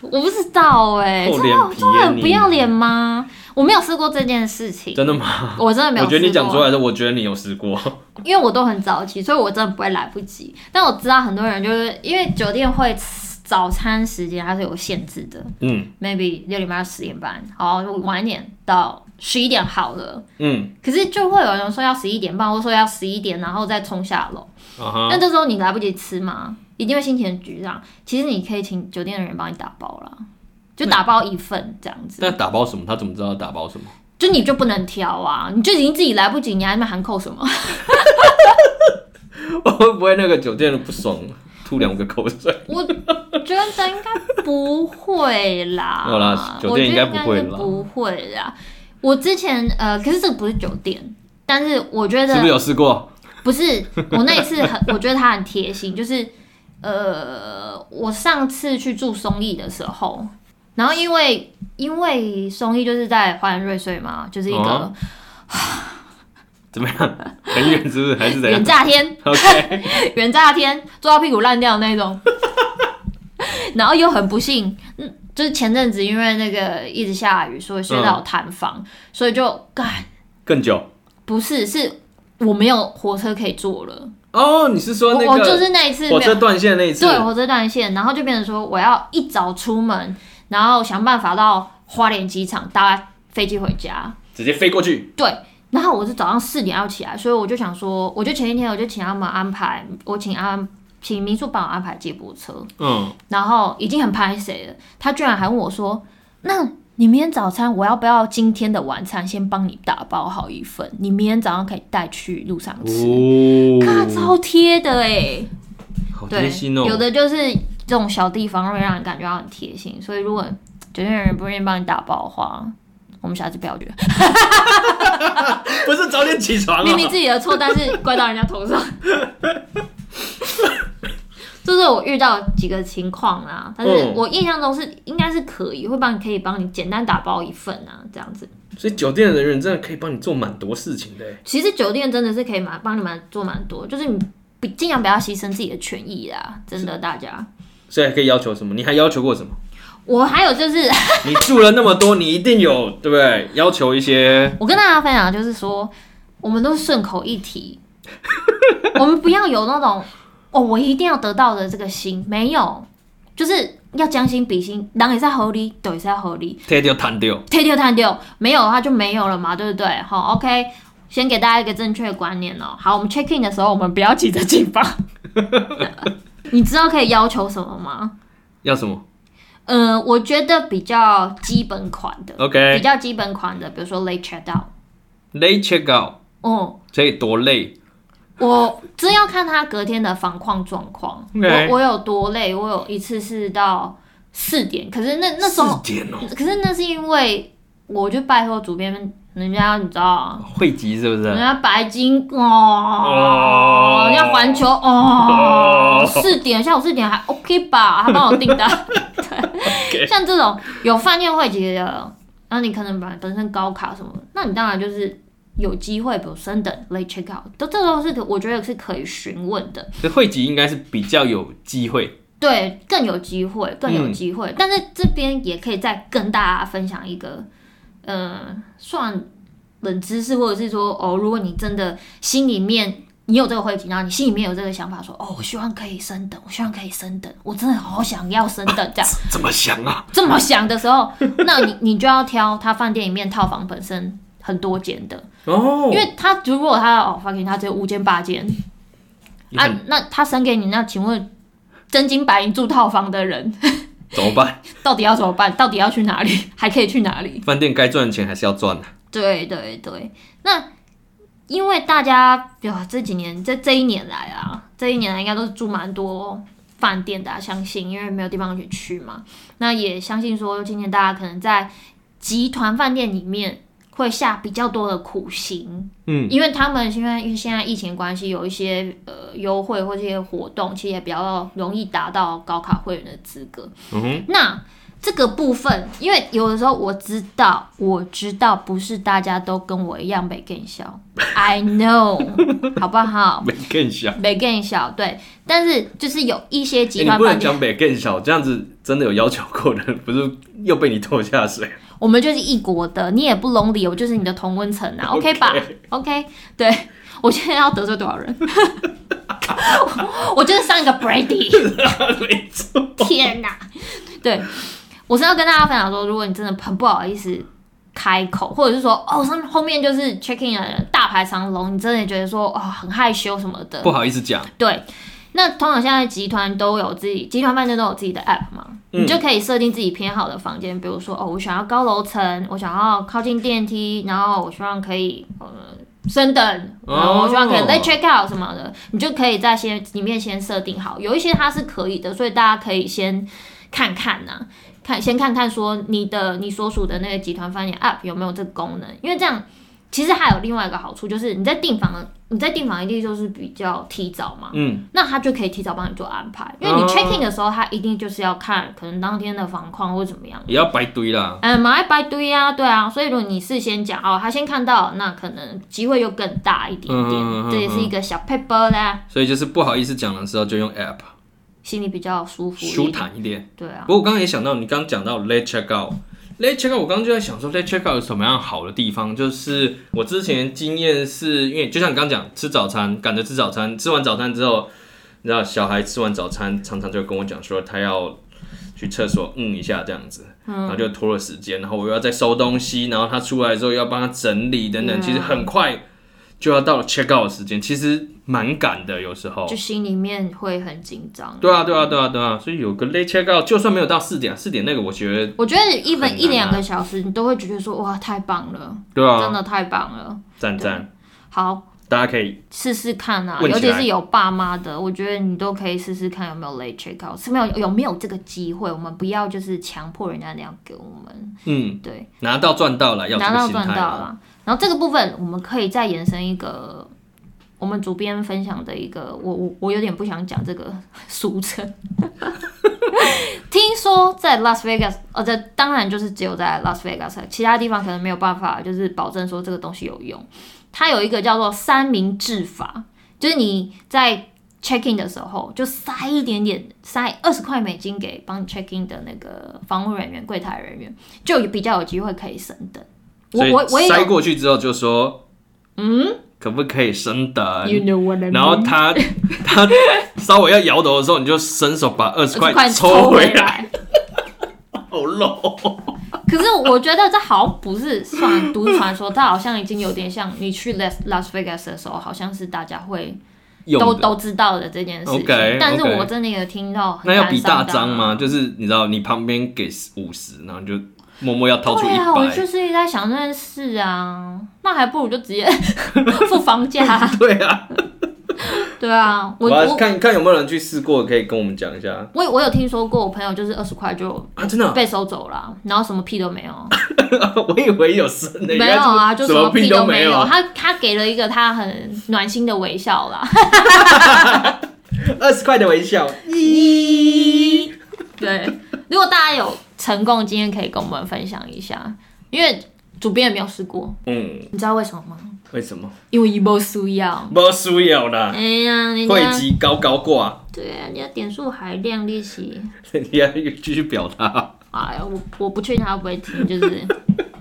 我不知道哎、
厚
真
脸
的
皮
真的
耶
很
你
不要脸吗？我没有试过这件事
[LAUGHS]
情，
真的吗？
我嗯真的没有试
我
过。
觉得你讲出来的，我觉得你有试过。 [LAUGHS]
因为我都很早起，所以我真的不会来不及。但我知道很多人就是因为酒店会早餐时间它是有限制的
嗯
，maybe 六点半到十点半，好晚一点到十一点好了。
嗯
可是就会有人说要十一点半，或者说要十一点，然后再冲下楼。
啊哈，
但这时候你来不及吃嘛，一定会心情很沮丧。其实你可以请酒店的人帮你打包啦，就打包一份这样子，
但打包什么？他怎么知道打包什么？ [LAUGHS]
就你就不能挑啊，你就已经自己来不及，你还在那边喊扣什么？ [LAUGHS]
会不会那个酒店的不爽，吐两个口水？
我觉得应该不会啦，
没有啦酒
我
店
觉得
应该不会
应该
啦
是不会啦。我之前呃，可是这个不是酒店，但是我觉
是不是
得
有试过？
不是我那一次很，我觉得他很贴心，就是呃，我上次去住松义的时候，然后因为因为松义就是在华人瑞穗嘛，就是一个
哦怎
[LAUGHS]
么样？很远是不是？还是怎样
远炸天，
[LAUGHS] ？OK，
远炸天，坐到屁股烂掉的那种。然后又很不幸，嗯，就是前阵子因为那个一
嗯
直下雨，所以睡到有弹房，所以就干
更久。
不是是我没有火车可以坐了，
哦，你是说那
我我就
个
是那一次
火
没有
车断线那一次？
对火车断线，然后就变成说我要一早出门，然后想办法到花莲机场搭飞机回家。
直接飞过去。
对，然后我是早上四点要起来，所以我就想说，我就前一天我就请他们安排，我请安请民宿帮我安排接驳车，
嗯，
然后已经很拍谁了，他居然还问我说，那。你明天早餐我要不要今天的晚餐先帮你打包好一份？你明天早上可以带去路上吃，咔、
哦，
啊超贴的哎、
好
对
贴，心哦。
有的就是这种小地方会让人感觉到很贴心，所以如果酒店人不愿意帮你打包的话，我们下次不要去。
不是早点起床
明明
啊？
自己的错，但是怪到人家头上。 [LAUGHS] 这是我遇到几个情况啦，但是
嗯
我印象中是应该是可以，会帮你可以帮你简单打包一份啊，这样子。
所以酒店的人员真的可以帮你做蛮多事情的欸。
其实酒店真的是可以蛮帮你们做蛮多，就是你不尽量不要牺牲自己的权益啦，真的大家。
所以还可以要求什么？你还要求过什么？
我还有就是，
你住了那么多，你一定有对不对？要求一些
我跟大家分享，就是说，我们都是顺口一提，我们不要有那种哦，我一定要得到的这个心，没有，就是要将心比心，人也是合理，对也是合理，
贴掉、弹掉。
推掉探掉，没有的话就没有了嘛，对不对？好，OK，先给大家一个正确的观念哦。好，我们 check in 的时候，我们不要急着 [LAUGHS] 进房。你知道可以要求什么吗？
要什么
嗯、我觉得比较基本款的，比
？OK，late、
较基本款的，比如说 late check out，
check out，
哦、
所以多累？
我真要看他隔天的房况状况。
OK
我我有多累？我有一次是到四点，可是那那时候，
四点哦，
可是那是因为我就拜托主编，人家你知道，啊
汇集是不
人
是？
家白金哦，
哦
人家环球哦，四点下午四点还 OK 吧？还帮我
[LAUGHS]
订单。对，像这种有饭店会籍的，那你可能本本身高卡什么的，那你当然就是有机会，比如升等 late check out，都这都是可我觉得是可以询问的，
这汇集应该是比较有机会。
对，更有机会，更有
嗯
机会。但是这边也可以再跟大家分享一个，呃，算冷知识，或者是说，哦，如果你真的心里面你有这个会景，然后你心里面有这个想法，说，哦，我希望可以升等，我希望可以升等，我真的好想要升等，这样 [LAUGHS]
怎么想啊？
这么想的时候，那你你就要挑他饭店里面套房本身很多间的，
哦
因，为他如果他哦，fucking 他只有五间八间
也
啊
很，
那他升给你，那请问真金白银住套房的人。
怎么办？
到底要怎么办？到底要去哪里？ [LAUGHS] 还可以去哪里？
饭店该赚的钱还是要赚的。
对对对，那因为大家呀，这几年这这一年来啊，这一年来应该都是住蛮多饭店的、啊，相信因为没有地方可以去嘛。那也相信说，今年大家可能在集团饭店里面会下比较多的苦心，
嗯，
因为他们现在因为现在疫情关系，有一些呃优惠或这些活动，其实也比较容易达到高卡会员的资格。
嗯 [LAUGHS] 哼，
那这个部分，因为有的时候我知道，我知道不是大家都跟我一样被更小，I know，好不 [LAUGHS] 好？
没更小。
被更小，对，但是就是有一些集
欸、你
团
不能
饭店，
讲北更小，这样子真的有要求过的，不是又被你拖下 [LAUGHS] 水。
我们就是一国的，你也不拢理我，就是你的同温层啊
OK
，OK 吧？OK，对 [LAUGHS] 我现在要得罪多少人？ [LAUGHS] 我我就是上一个 Brady。
没错，
天哪！对，我是要跟大家分享说，如果你真的很不好意思开口，或者是说哦，上后面就是 check in 的人大排长龙，你真的觉得说哦很害羞什么的
不，好意思讲。
对。那通常现在集团都有自己，集团饭店都有自己的 app 嘛，
嗯
你就可以设定自己偏好的房间，比如说哦，我想要高楼层，我想要靠近电梯，然后我希望可以呃升等，然后我希望可以
哦
late check out 什么的，你就可以在先里面先设定好，有一些它是可以的，所以大家可以先看看呐、看先看看说你的你所属的那个集团饭店 app 有没有这个功能，因为这样其实还有另外一个好处就是你在订房，你在订房一定就是比较提早嘛，
嗯，
那他就可以提早帮你做安排，因为你
哦
check in 的时候，他一定就是要看可能当天的房况或怎么样。
也要白堆啦。
嗯，马来白堆啊，对啊，所以如果你事先讲哦，他先看到，那可能机会又更大一点点，
嗯嗯嗯嗯
这也是一个小 paper 啦，
所以就是不好意思讲的时候，就用 app
心里比较舒服一
舒
点。
坦一点。
对啊，
不过我刚刚也想到，你刚刚讲到 late check out， late check out，我刚刚就在想说 late check out 有什么样好的地方？就是我之前经验是因为，就像你刚刚讲，吃早餐赶着吃早餐，吃完早餐之后，你知道小孩吃完早餐常常就跟我讲说他要去厕所嗯一下这样子，然后就拖了时间，然后我又要再收东西，然后他出来之后又要帮他整理等等，
嗯
其实很快就要到了 check out 的时间，其实蛮赶的，有时候
就。心里面会很紧张。
对啊，对啊，对啊，对啊，所以有个 late check out，就算没有到四点，四点那个我觉得，
我觉得一
很难啊
本一两个小时，你都会觉得说哇，太棒了，
对
真
啊，
的太棒了。
赞赞，
好，
大家可以
试试看啊，
问起
尤
来
其是有爸妈的，我觉得你都可以试试看有没有 late check out，是没有有没有这个机会，我们不要就是强迫人家那样给我们，
嗯
对。
拿到赚到了，要这
拿
个
到
心
赚
态啊
到
啦。
了。然后这个部分我们可以再延伸一个，我们主编分享的一个，我我我有点不想讲这个 [LAUGHS] 俗称。听说在 Las Vegas，呃，这当然就是只有在 Las Vegas，其他地方可能没有办法，就是保证说这个东西有用。它有一个叫做三明治法，就是你在 check in 的时候，就塞一点点，塞二十块美金给帮你 check in 的那个房务人员、柜台人员，就比较有机会可以升等。我
所以
我我也有
塞过去之后就说，嗯，可不可以升等？
know what
然后
[LAUGHS]
他他稍微要摇头的时候，你就伸手把二十块
快
抽
回
回来，
来。
好漏。
可是我觉得这好像不是算独传说，它好像已经有点像你去 Las Las Vegas 的时候，好像是大家会都
用的
都知道的这件事情。
OK，OK
但是我真的有听到很
那要比大
感伤
张
的啊？
吗？就是你知道，你旁边给五十，然后你就默默要掏出一
对啊，我
百。
就是一直在想这件事啊，那还不如就直接 [LAUGHS] 付房价啊、
对啊，
对啊，我
我要
我
看看有没有人去试过，可以跟我们讲一下
我我有听说过，我朋友就是二十块就
啊！真的啊，
被收走了啊，然后什么屁都没有。
[LAUGHS] 我以为有升的，
没有啊，就
什
什么
屁
屁都
没
没有。。他他给了一个他很暖心的微笑啦。
二十块的微笑，
咦，对，如果大家有成功的经验，可以跟我们分享一下，因为主编也没有试过，
嗯，
你知道为什么吗？
为什么？
因为一波输要。
没需要啦，
哎呀，人
会
家
籍高高挂， [LAUGHS]
对啊，人家点数还量力气。
你要继续表达。
哎呀，我我不确定他会不会听，就是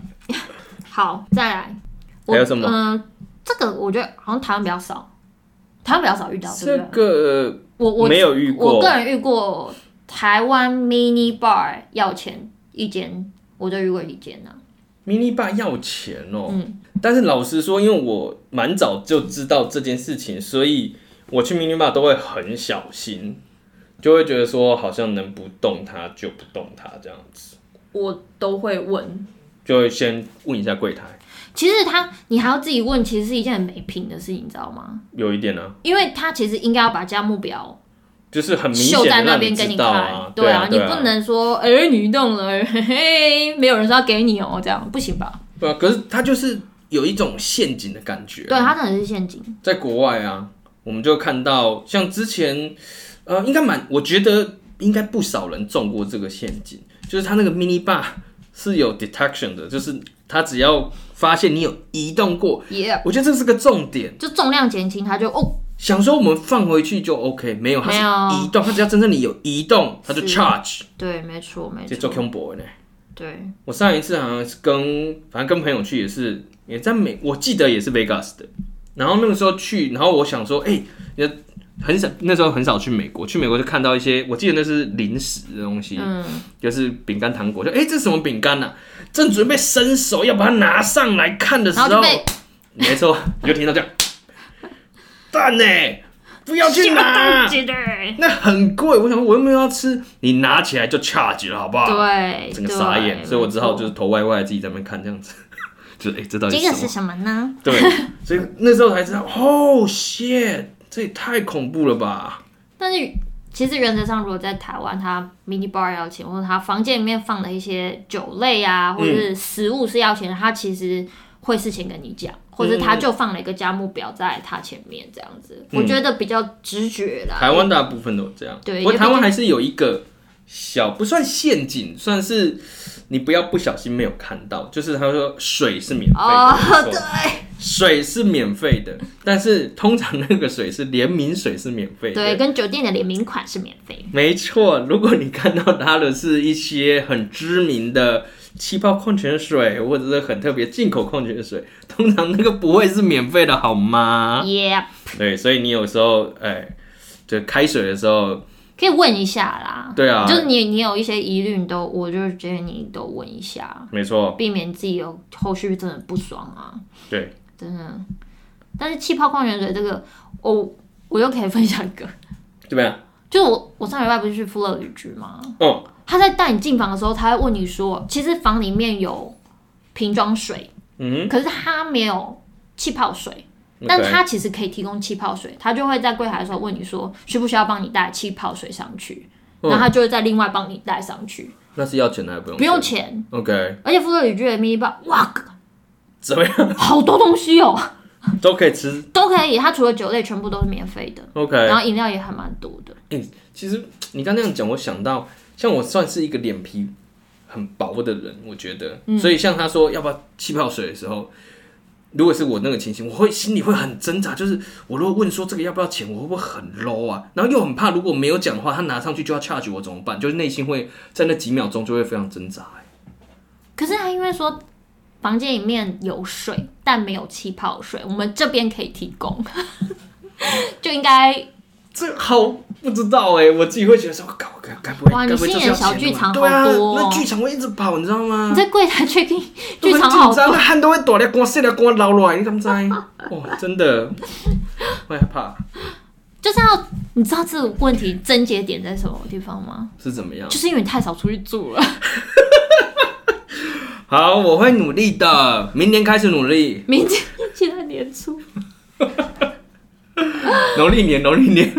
[LAUGHS] 好，再来。我
还有什么
嗯、这个我觉得好像台湾比较少，台湾比较少遇到，对
这
不对？
个
我我
没有遇
我
过
个，人遇过台湾 mini bar 要钱一间，我就遇过一间啊。
迷你爸要钱哦、
嗯
但是老实说，因为我蛮早就知道这件事情，所以我去迷你爸都会很小心，就会觉得说好像能不动它就不动它这样子，
我都会问，
就会先问一下柜台，
其实他你还要自己问，其实是一件很没品的事情，你知道吗？
有一点呢、啊，
因为他其实应该要把价目表
就是很明
秀
显
在
的
那
让你
边给
知道
看，
啊，
对
啊，
你
对啊
不能说哎、你动了，嘿嘿，没有人说要给你哦、这样不行吧？
对啊，可是它就是有一种陷阱的感觉啊、
对，它真的是陷阱。
在国外啊，我们就看到像之前，呃，应该蛮，我觉得应该不少人中过这个陷阱，就是他那个 mini bar 是有 detection 的，就是他只要发现你有移动过，
也、
我觉得这是个重点。
就重量减轻，他就哦，
想说我们放回去就 OK，没有，它
没
是
有
移动，它只要真正你有移动，它就是 charge，
对，没错，没
这做
错，
combo 呢。
对，
我上一次好像是跟反正跟朋友去也是也在美，我记得也是 Vegas 的。然后那个时候去，然后我想说，哎、也很少那时候很少去美国，去美国就看到一些，我记得那是零食的东西，
嗯，
就是饼干糖果，就哎、这是什么饼干呐？正准备伸手要把它拿上来看的时
然后就
候，
被
没错，你就听到这样，蛋呢、不要去
大
拿，
姐的。
那很贵。我想说我又没有要吃，你拿起来就 charge 了，好不好？
[LAUGHS] 哎对，啊
整个傻眼，所以我只好就是是头歪歪自己在那边看这样子， [LAUGHS] 就是哎、诶这到底
这
是
个
什
是
么？
什么呢？
对，所以那时候才知道，Oh shit，这也太恐怖了
哎
吧！
但是其实原则上，如果在台湾，他 mini bar 要钱，或者他房间里面放的一些酒类啊，或者是食物是要钱，他其实会事先跟你讲，或者他就放了一个价目表在他前面这样子，
嗯
我觉得比较直觉啦。
台湾大部分都这样，
对
不过
也比
台
较
湾还是有一个小不算陷阱，算是你不要不小心没有看到，就是他说水是免费的，
哦
没错水是免费的，但是通常那个水是联名水是免费的。
对，跟酒店的联名款是免费。
没错，如果你看到它的是一些很知名的气泡矿泉水，或者是很特别进口矿泉水，通常那个不会是免费的，好吗？
耶、
对，所以你有时候，哎、就开水的时候，
可以问一下啦。
对啊
就是你你有一些疑虑，你都我就是觉得你都问一下，
没错，
避免自己有后续真的不爽啊，
对，
真的。但是气泡矿泉水这个，我我又可以分享一个，
怎么样？
就是我我上礼拜不是去富乐旅居吗？
哦，
他在带你进房的时候，他会问你说，其实房里面有瓶装水，
嗯
可是他没有气泡水，
哼，
但
OK
他其实可以提供气泡水，他就会在柜台的时候问你说，需不需要帮你带气泡水上去，
哦
然后他就会再另外帮你带上去，
那是要钱的还是不用？
不用钱。
，OK，
而且富乐旅居的 mini bar，哇，
怎么样
好多东西哦，
都可以吃
都可以。它除了酒类，全部都是免费的，
，OK。
然后饮料也还蛮多的。
其实你刚那样讲，我想到，像我算是一个脸皮很薄的人，我觉得，
嗯
所以像他说要不要气泡水的时候，如果是我那个情形，我会心里会很挣扎，就是我如果问说这个要不要钱，我会不会很 low 啊？然后又很怕如果没有讲的话，他拿上去就要 charge 我怎么办？就是内心会在那几秒钟就会非常挣扎、欸
可是他因为说房间里面有水，但没有气泡水，我们这边可以提供， [LAUGHS] 就应该
这好不知道哎、我自己会觉得说，搞该该不会
哇
该不会
你
这
心眼
是要
小
钱
剧
的
场
吧对啊
好多，哦
那剧场会一直跑，你知道吗
你？在柜台 check in 剧场
好
好
张，啊
多，
汗都会大粒汗、细粒汗流落来，你
[LAUGHS]
敢知？哇，真的会害怕
就是要你知道这个问题症结点在什么地方吗？
是怎么样
就？是因为你太少出去住了，
好，我会努力的，明年开始努力，
明天现在年初，
农历年，农历年。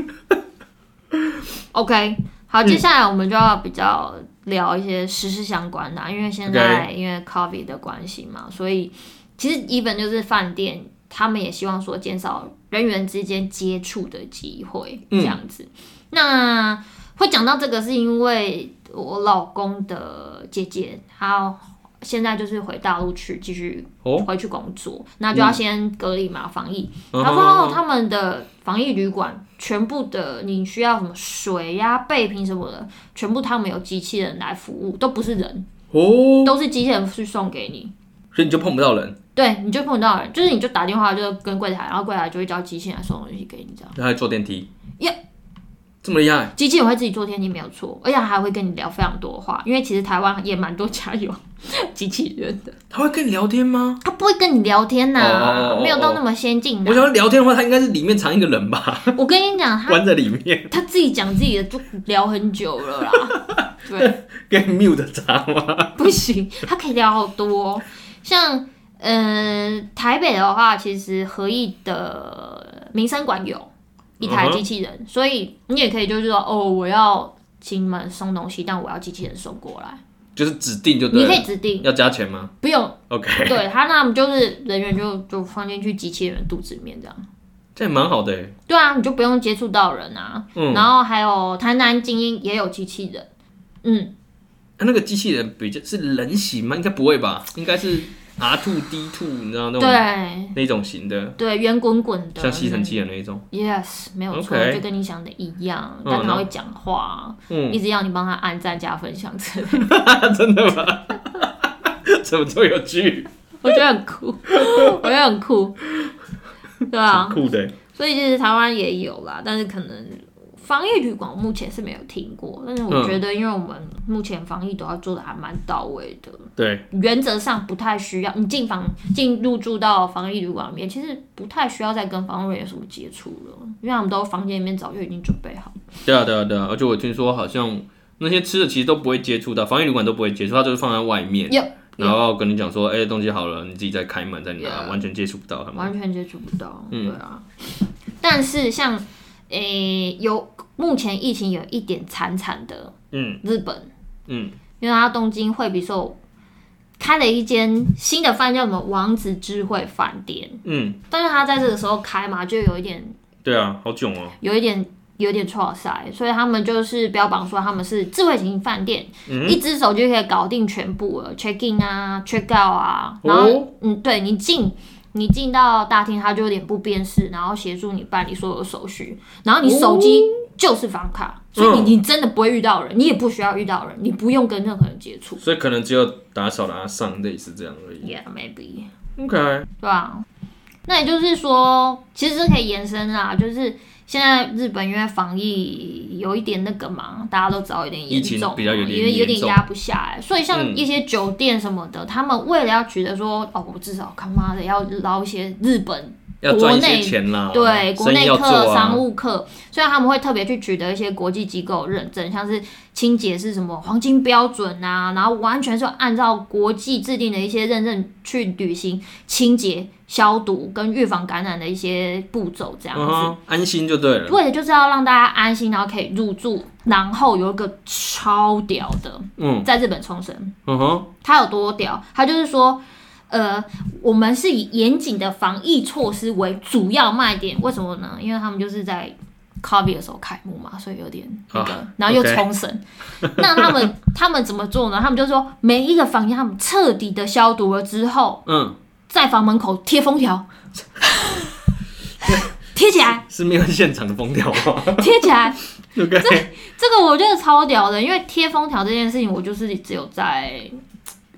OK，好，
嗯
接下来我们就要比较聊一些时事相关的啊、因为现在因为 COVID 的关系嘛，所以其实 even 就是饭店，他们也希望说减少人员之间接触的机会，
嗯
这样子。那会讲到这个，是因为我老公的姐姐，她现在就是回大陆去继续
哦
回去工作，那就要先隔离嘛，防疫。
嗯
然后他们的防疫旅馆全部的你需要什么水呀、啊备品什么的，全部他们有机器人来服务，都不是人，
哦，
都是机器人去送给你。
所以你就碰不到人，
对，你就碰到人，就是你就打电话就跟柜台，然后柜台就会叫机器人来送东西给你，这样。
他还坐电梯，
耶，
这么厉害，
机器人会自己做天气没有错，而且还会跟你聊非常多话，因为其实台湾也蛮多家有机器人的，
他会跟你聊天
[LAUGHS]
吗？
他不会跟你聊天呐、
哦哦哦哦
没有到那么先进
我
的。
想要聊天的话，他应该是里面藏一个人吧，
我跟你讲，他
关在里面，
他自己讲自己的就聊很久了啦， [LAUGHS] 对。
给 mute 他吗？
[LAUGHS] 不行，他可以聊好多、哦。像呃，台北的话，其实和义的民生馆有一台机器人，所以你也可以就是说，哦，我要请你们送东西，但我要机器人送过来，
就是指定就
你
对
可
了，
以指定，
要加钱吗
不
[COUGHS]
用。
？OK，
对他，那么就是人员就就放进去机器人肚子里面这样。
这也蛮好的欸，
对啊，你就不用接触到人啊。
嗯，
然后还有台南精英也有机器人，嗯，
那那个机器人比较是人形吗？应该不会吧？应该是 R two D two，你知道那种
对
那种型的，
对，圆滚滚的，
像吸尘器的那一种。
Yes，没有错
OK
就跟你想的一样，
嗯
但
那
他会讲话，
嗯，
一直要你帮他按赞加分享 [LAUGHS] 之类的，
[LAUGHS] 真的吗？怎么这么有趣？
我觉得很酷， [LAUGHS] 我觉得很酷，对啊，
酷的欸。
所以其实台湾也有啦，但是可能防疫旅馆我目前是没有听过，但是我
嗯
觉得因为我们目前防疫都要做的还蛮到位的，
对，
原则上不太需要你进房进入住到防疫旅馆里面，其实不太需要再跟防疫人员有什么接触了，因为他们都房间里面早就已经准备好了。
对啊，对啊，对啊。而且我听说好像那些吃的其实都不会接触到，防疫旅馆都不会接触，它就是放在外面。
Yep，
然后跟你讲说，哎、东西好了，你自己再开门再拿
Yeah
完全接触不到他们。
完全接触不到，
嗯
对啊。但是像诶、有目前疫情有一点惨惨的
嗯
日本，
嗯，
因为它东京惠比寿开了一间新的饭叫什么王子智慧饭店，
嗯，
但是它在这个时候开嘛，就有一点
对啊，好囧哦、
有一点。有一点错塞，所以他们就是标榜说他们是智慧型饭店，一只手就可以搞定全部了，check in 啊，check out 啊，然后、
哦
嗯，对你进你进到大厅，他就有脸部辨识，然后协助你办理所有的手续，然后你手机就是房卡，所以你你真的不会遇到人，你也不需要遇到人，你不用跟任何人接触。
所以可能只有打扫打上类似这样而已。
Yeah, maybe，
OK，
对啊。那也就是说，其实这可以延伸啊，就是现在日本因为防疫有一点那个嘛，大家都知道有点严
疫
重
情
嘛，
比较有点
因为有点
严重
压不下来，所以像
嗯
一些酒店什么的，他们为了要取得说，哦，我至少他妈的要捞一些日本
要赚一些钱啦，
对国
生意
内
要
客、
做啊
商务客，所以他们会特别去取得一些国际机构认证，像是清洁是什么黄金标准啊，然后完全是按照国际制定的一些认证去履行清洁、消毒跟预防感染的一些步骤，这样
嗯
子。
哼，安心就对了。
为的就是要让大家安心，然后可以入住，然后有一个超屌的，
嗯
在日本冲绳，
嗯哼，
它有多屌？它就是说，呃，我们是以严谨的防疫措施为主要卖点。为什么呢？因为他们就是在 COVID 的时候开幕嘛，所以有点那个，
啊
然后又
OK
冲绳。那他们 [LAUGHS] 他们怎么做呢？他们就说每一个房间他们彻底的消毒了之后，
嗯，
在房门口贴封
[LAUGHS]
条，贴起来，
是没有现场的啊封条吗 [LAUGHS]
贴起来。
？OK，
这个我觉得超屌的，因为贴封条这件事情，我就是只有在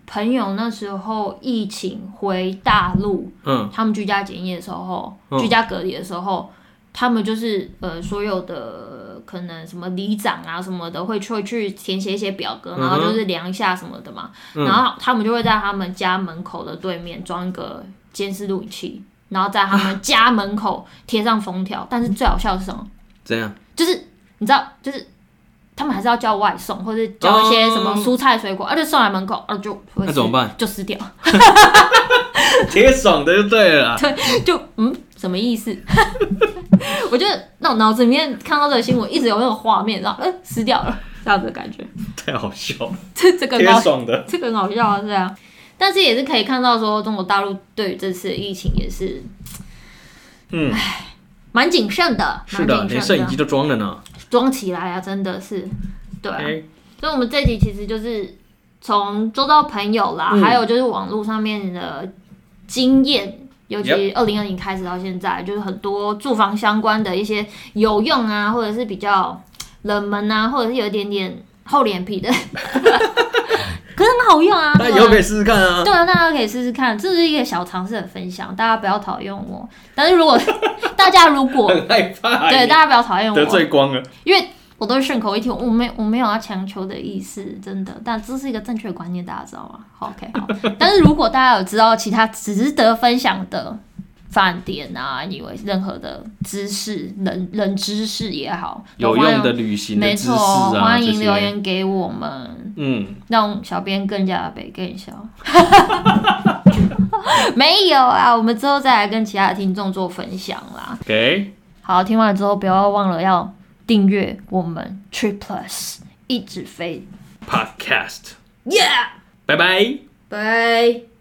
朋友那时候疫情回大陆，
嗯
他们居家检疫的时候，
嗯
居家隔离的时候，他们就是呃所有的可能什么里长啊什么的会去会去填写一些表格，
嗯哼
然后就是量一下什么的嘛，
嗯
然后他们就会在他们家门口的对面装一个监视录影器，然后在他们家门口贴上封条。但是最好笑的是什么？
怎样？
就是你知道，就是他们还是要叫外送，或者叫一些什么蔬菜水果，而、且送来门口，而、就会
哦那怎么办？
就撕掉， [LAUGHS]
挺爽的就对了啦。
就嗯，什么意思？ [LAUGHS] 我觉得那我脑子里面看到这个新闻，一直有那个画面，然后哎、撕掉了这样子的感觉， [LAUGHS]
太好笑了，
这这个
挺
脑
爽的。
这个很好笑啊，这样。但是也是可以看到说，中国大陆对于这次的疫情也是
嗯，
蛮谨慎的，
是的，
蛮谨
连摄
慎
影机都装了呢。
装起来啊，真的是，对啊。
哎
所以我们这集其实就是从周遭朋友啦，
嗯
还有就是网络上面的经验。尤其二零二零开始到现在，就是很多住房相关的一些有用啊，或者是比较冷门啊，或者是有一点点厚脸
[LAUGHS]
皮的，可是很好用啊。
那
对
以
啊
后可以试试看啊。
对啊，大家可以试试看，这是一个小尝试的分享，大家不要讨厌我。但是如果 [LAUGHS] 大家如果
很害怕，
对大家不要讨厌我，
得罪光了。
因为我都是顺口一提，我没我没有要强求的意思，真的。但这是一个正确的观念，大家知道吗？好，OK，好。 [LAUGHS] 但是如果大家有知道其他值得分享的饭店啊，你以为任何的知识、冷冷知识也好，
有
都欢迎
用的，旅行的
没
知识
错，
啊，
欢
这
迎留
些。
言给我们，
嗯，
让小编更加北更小。 [LAUGHS] 没有啊，我们之后再来跟其他的听众做分享啦。
给
好，听完了之后不要忘了要订阅我们 Tree Plus 一直飞
podcast，
，Yeah，
拜拜。
拜。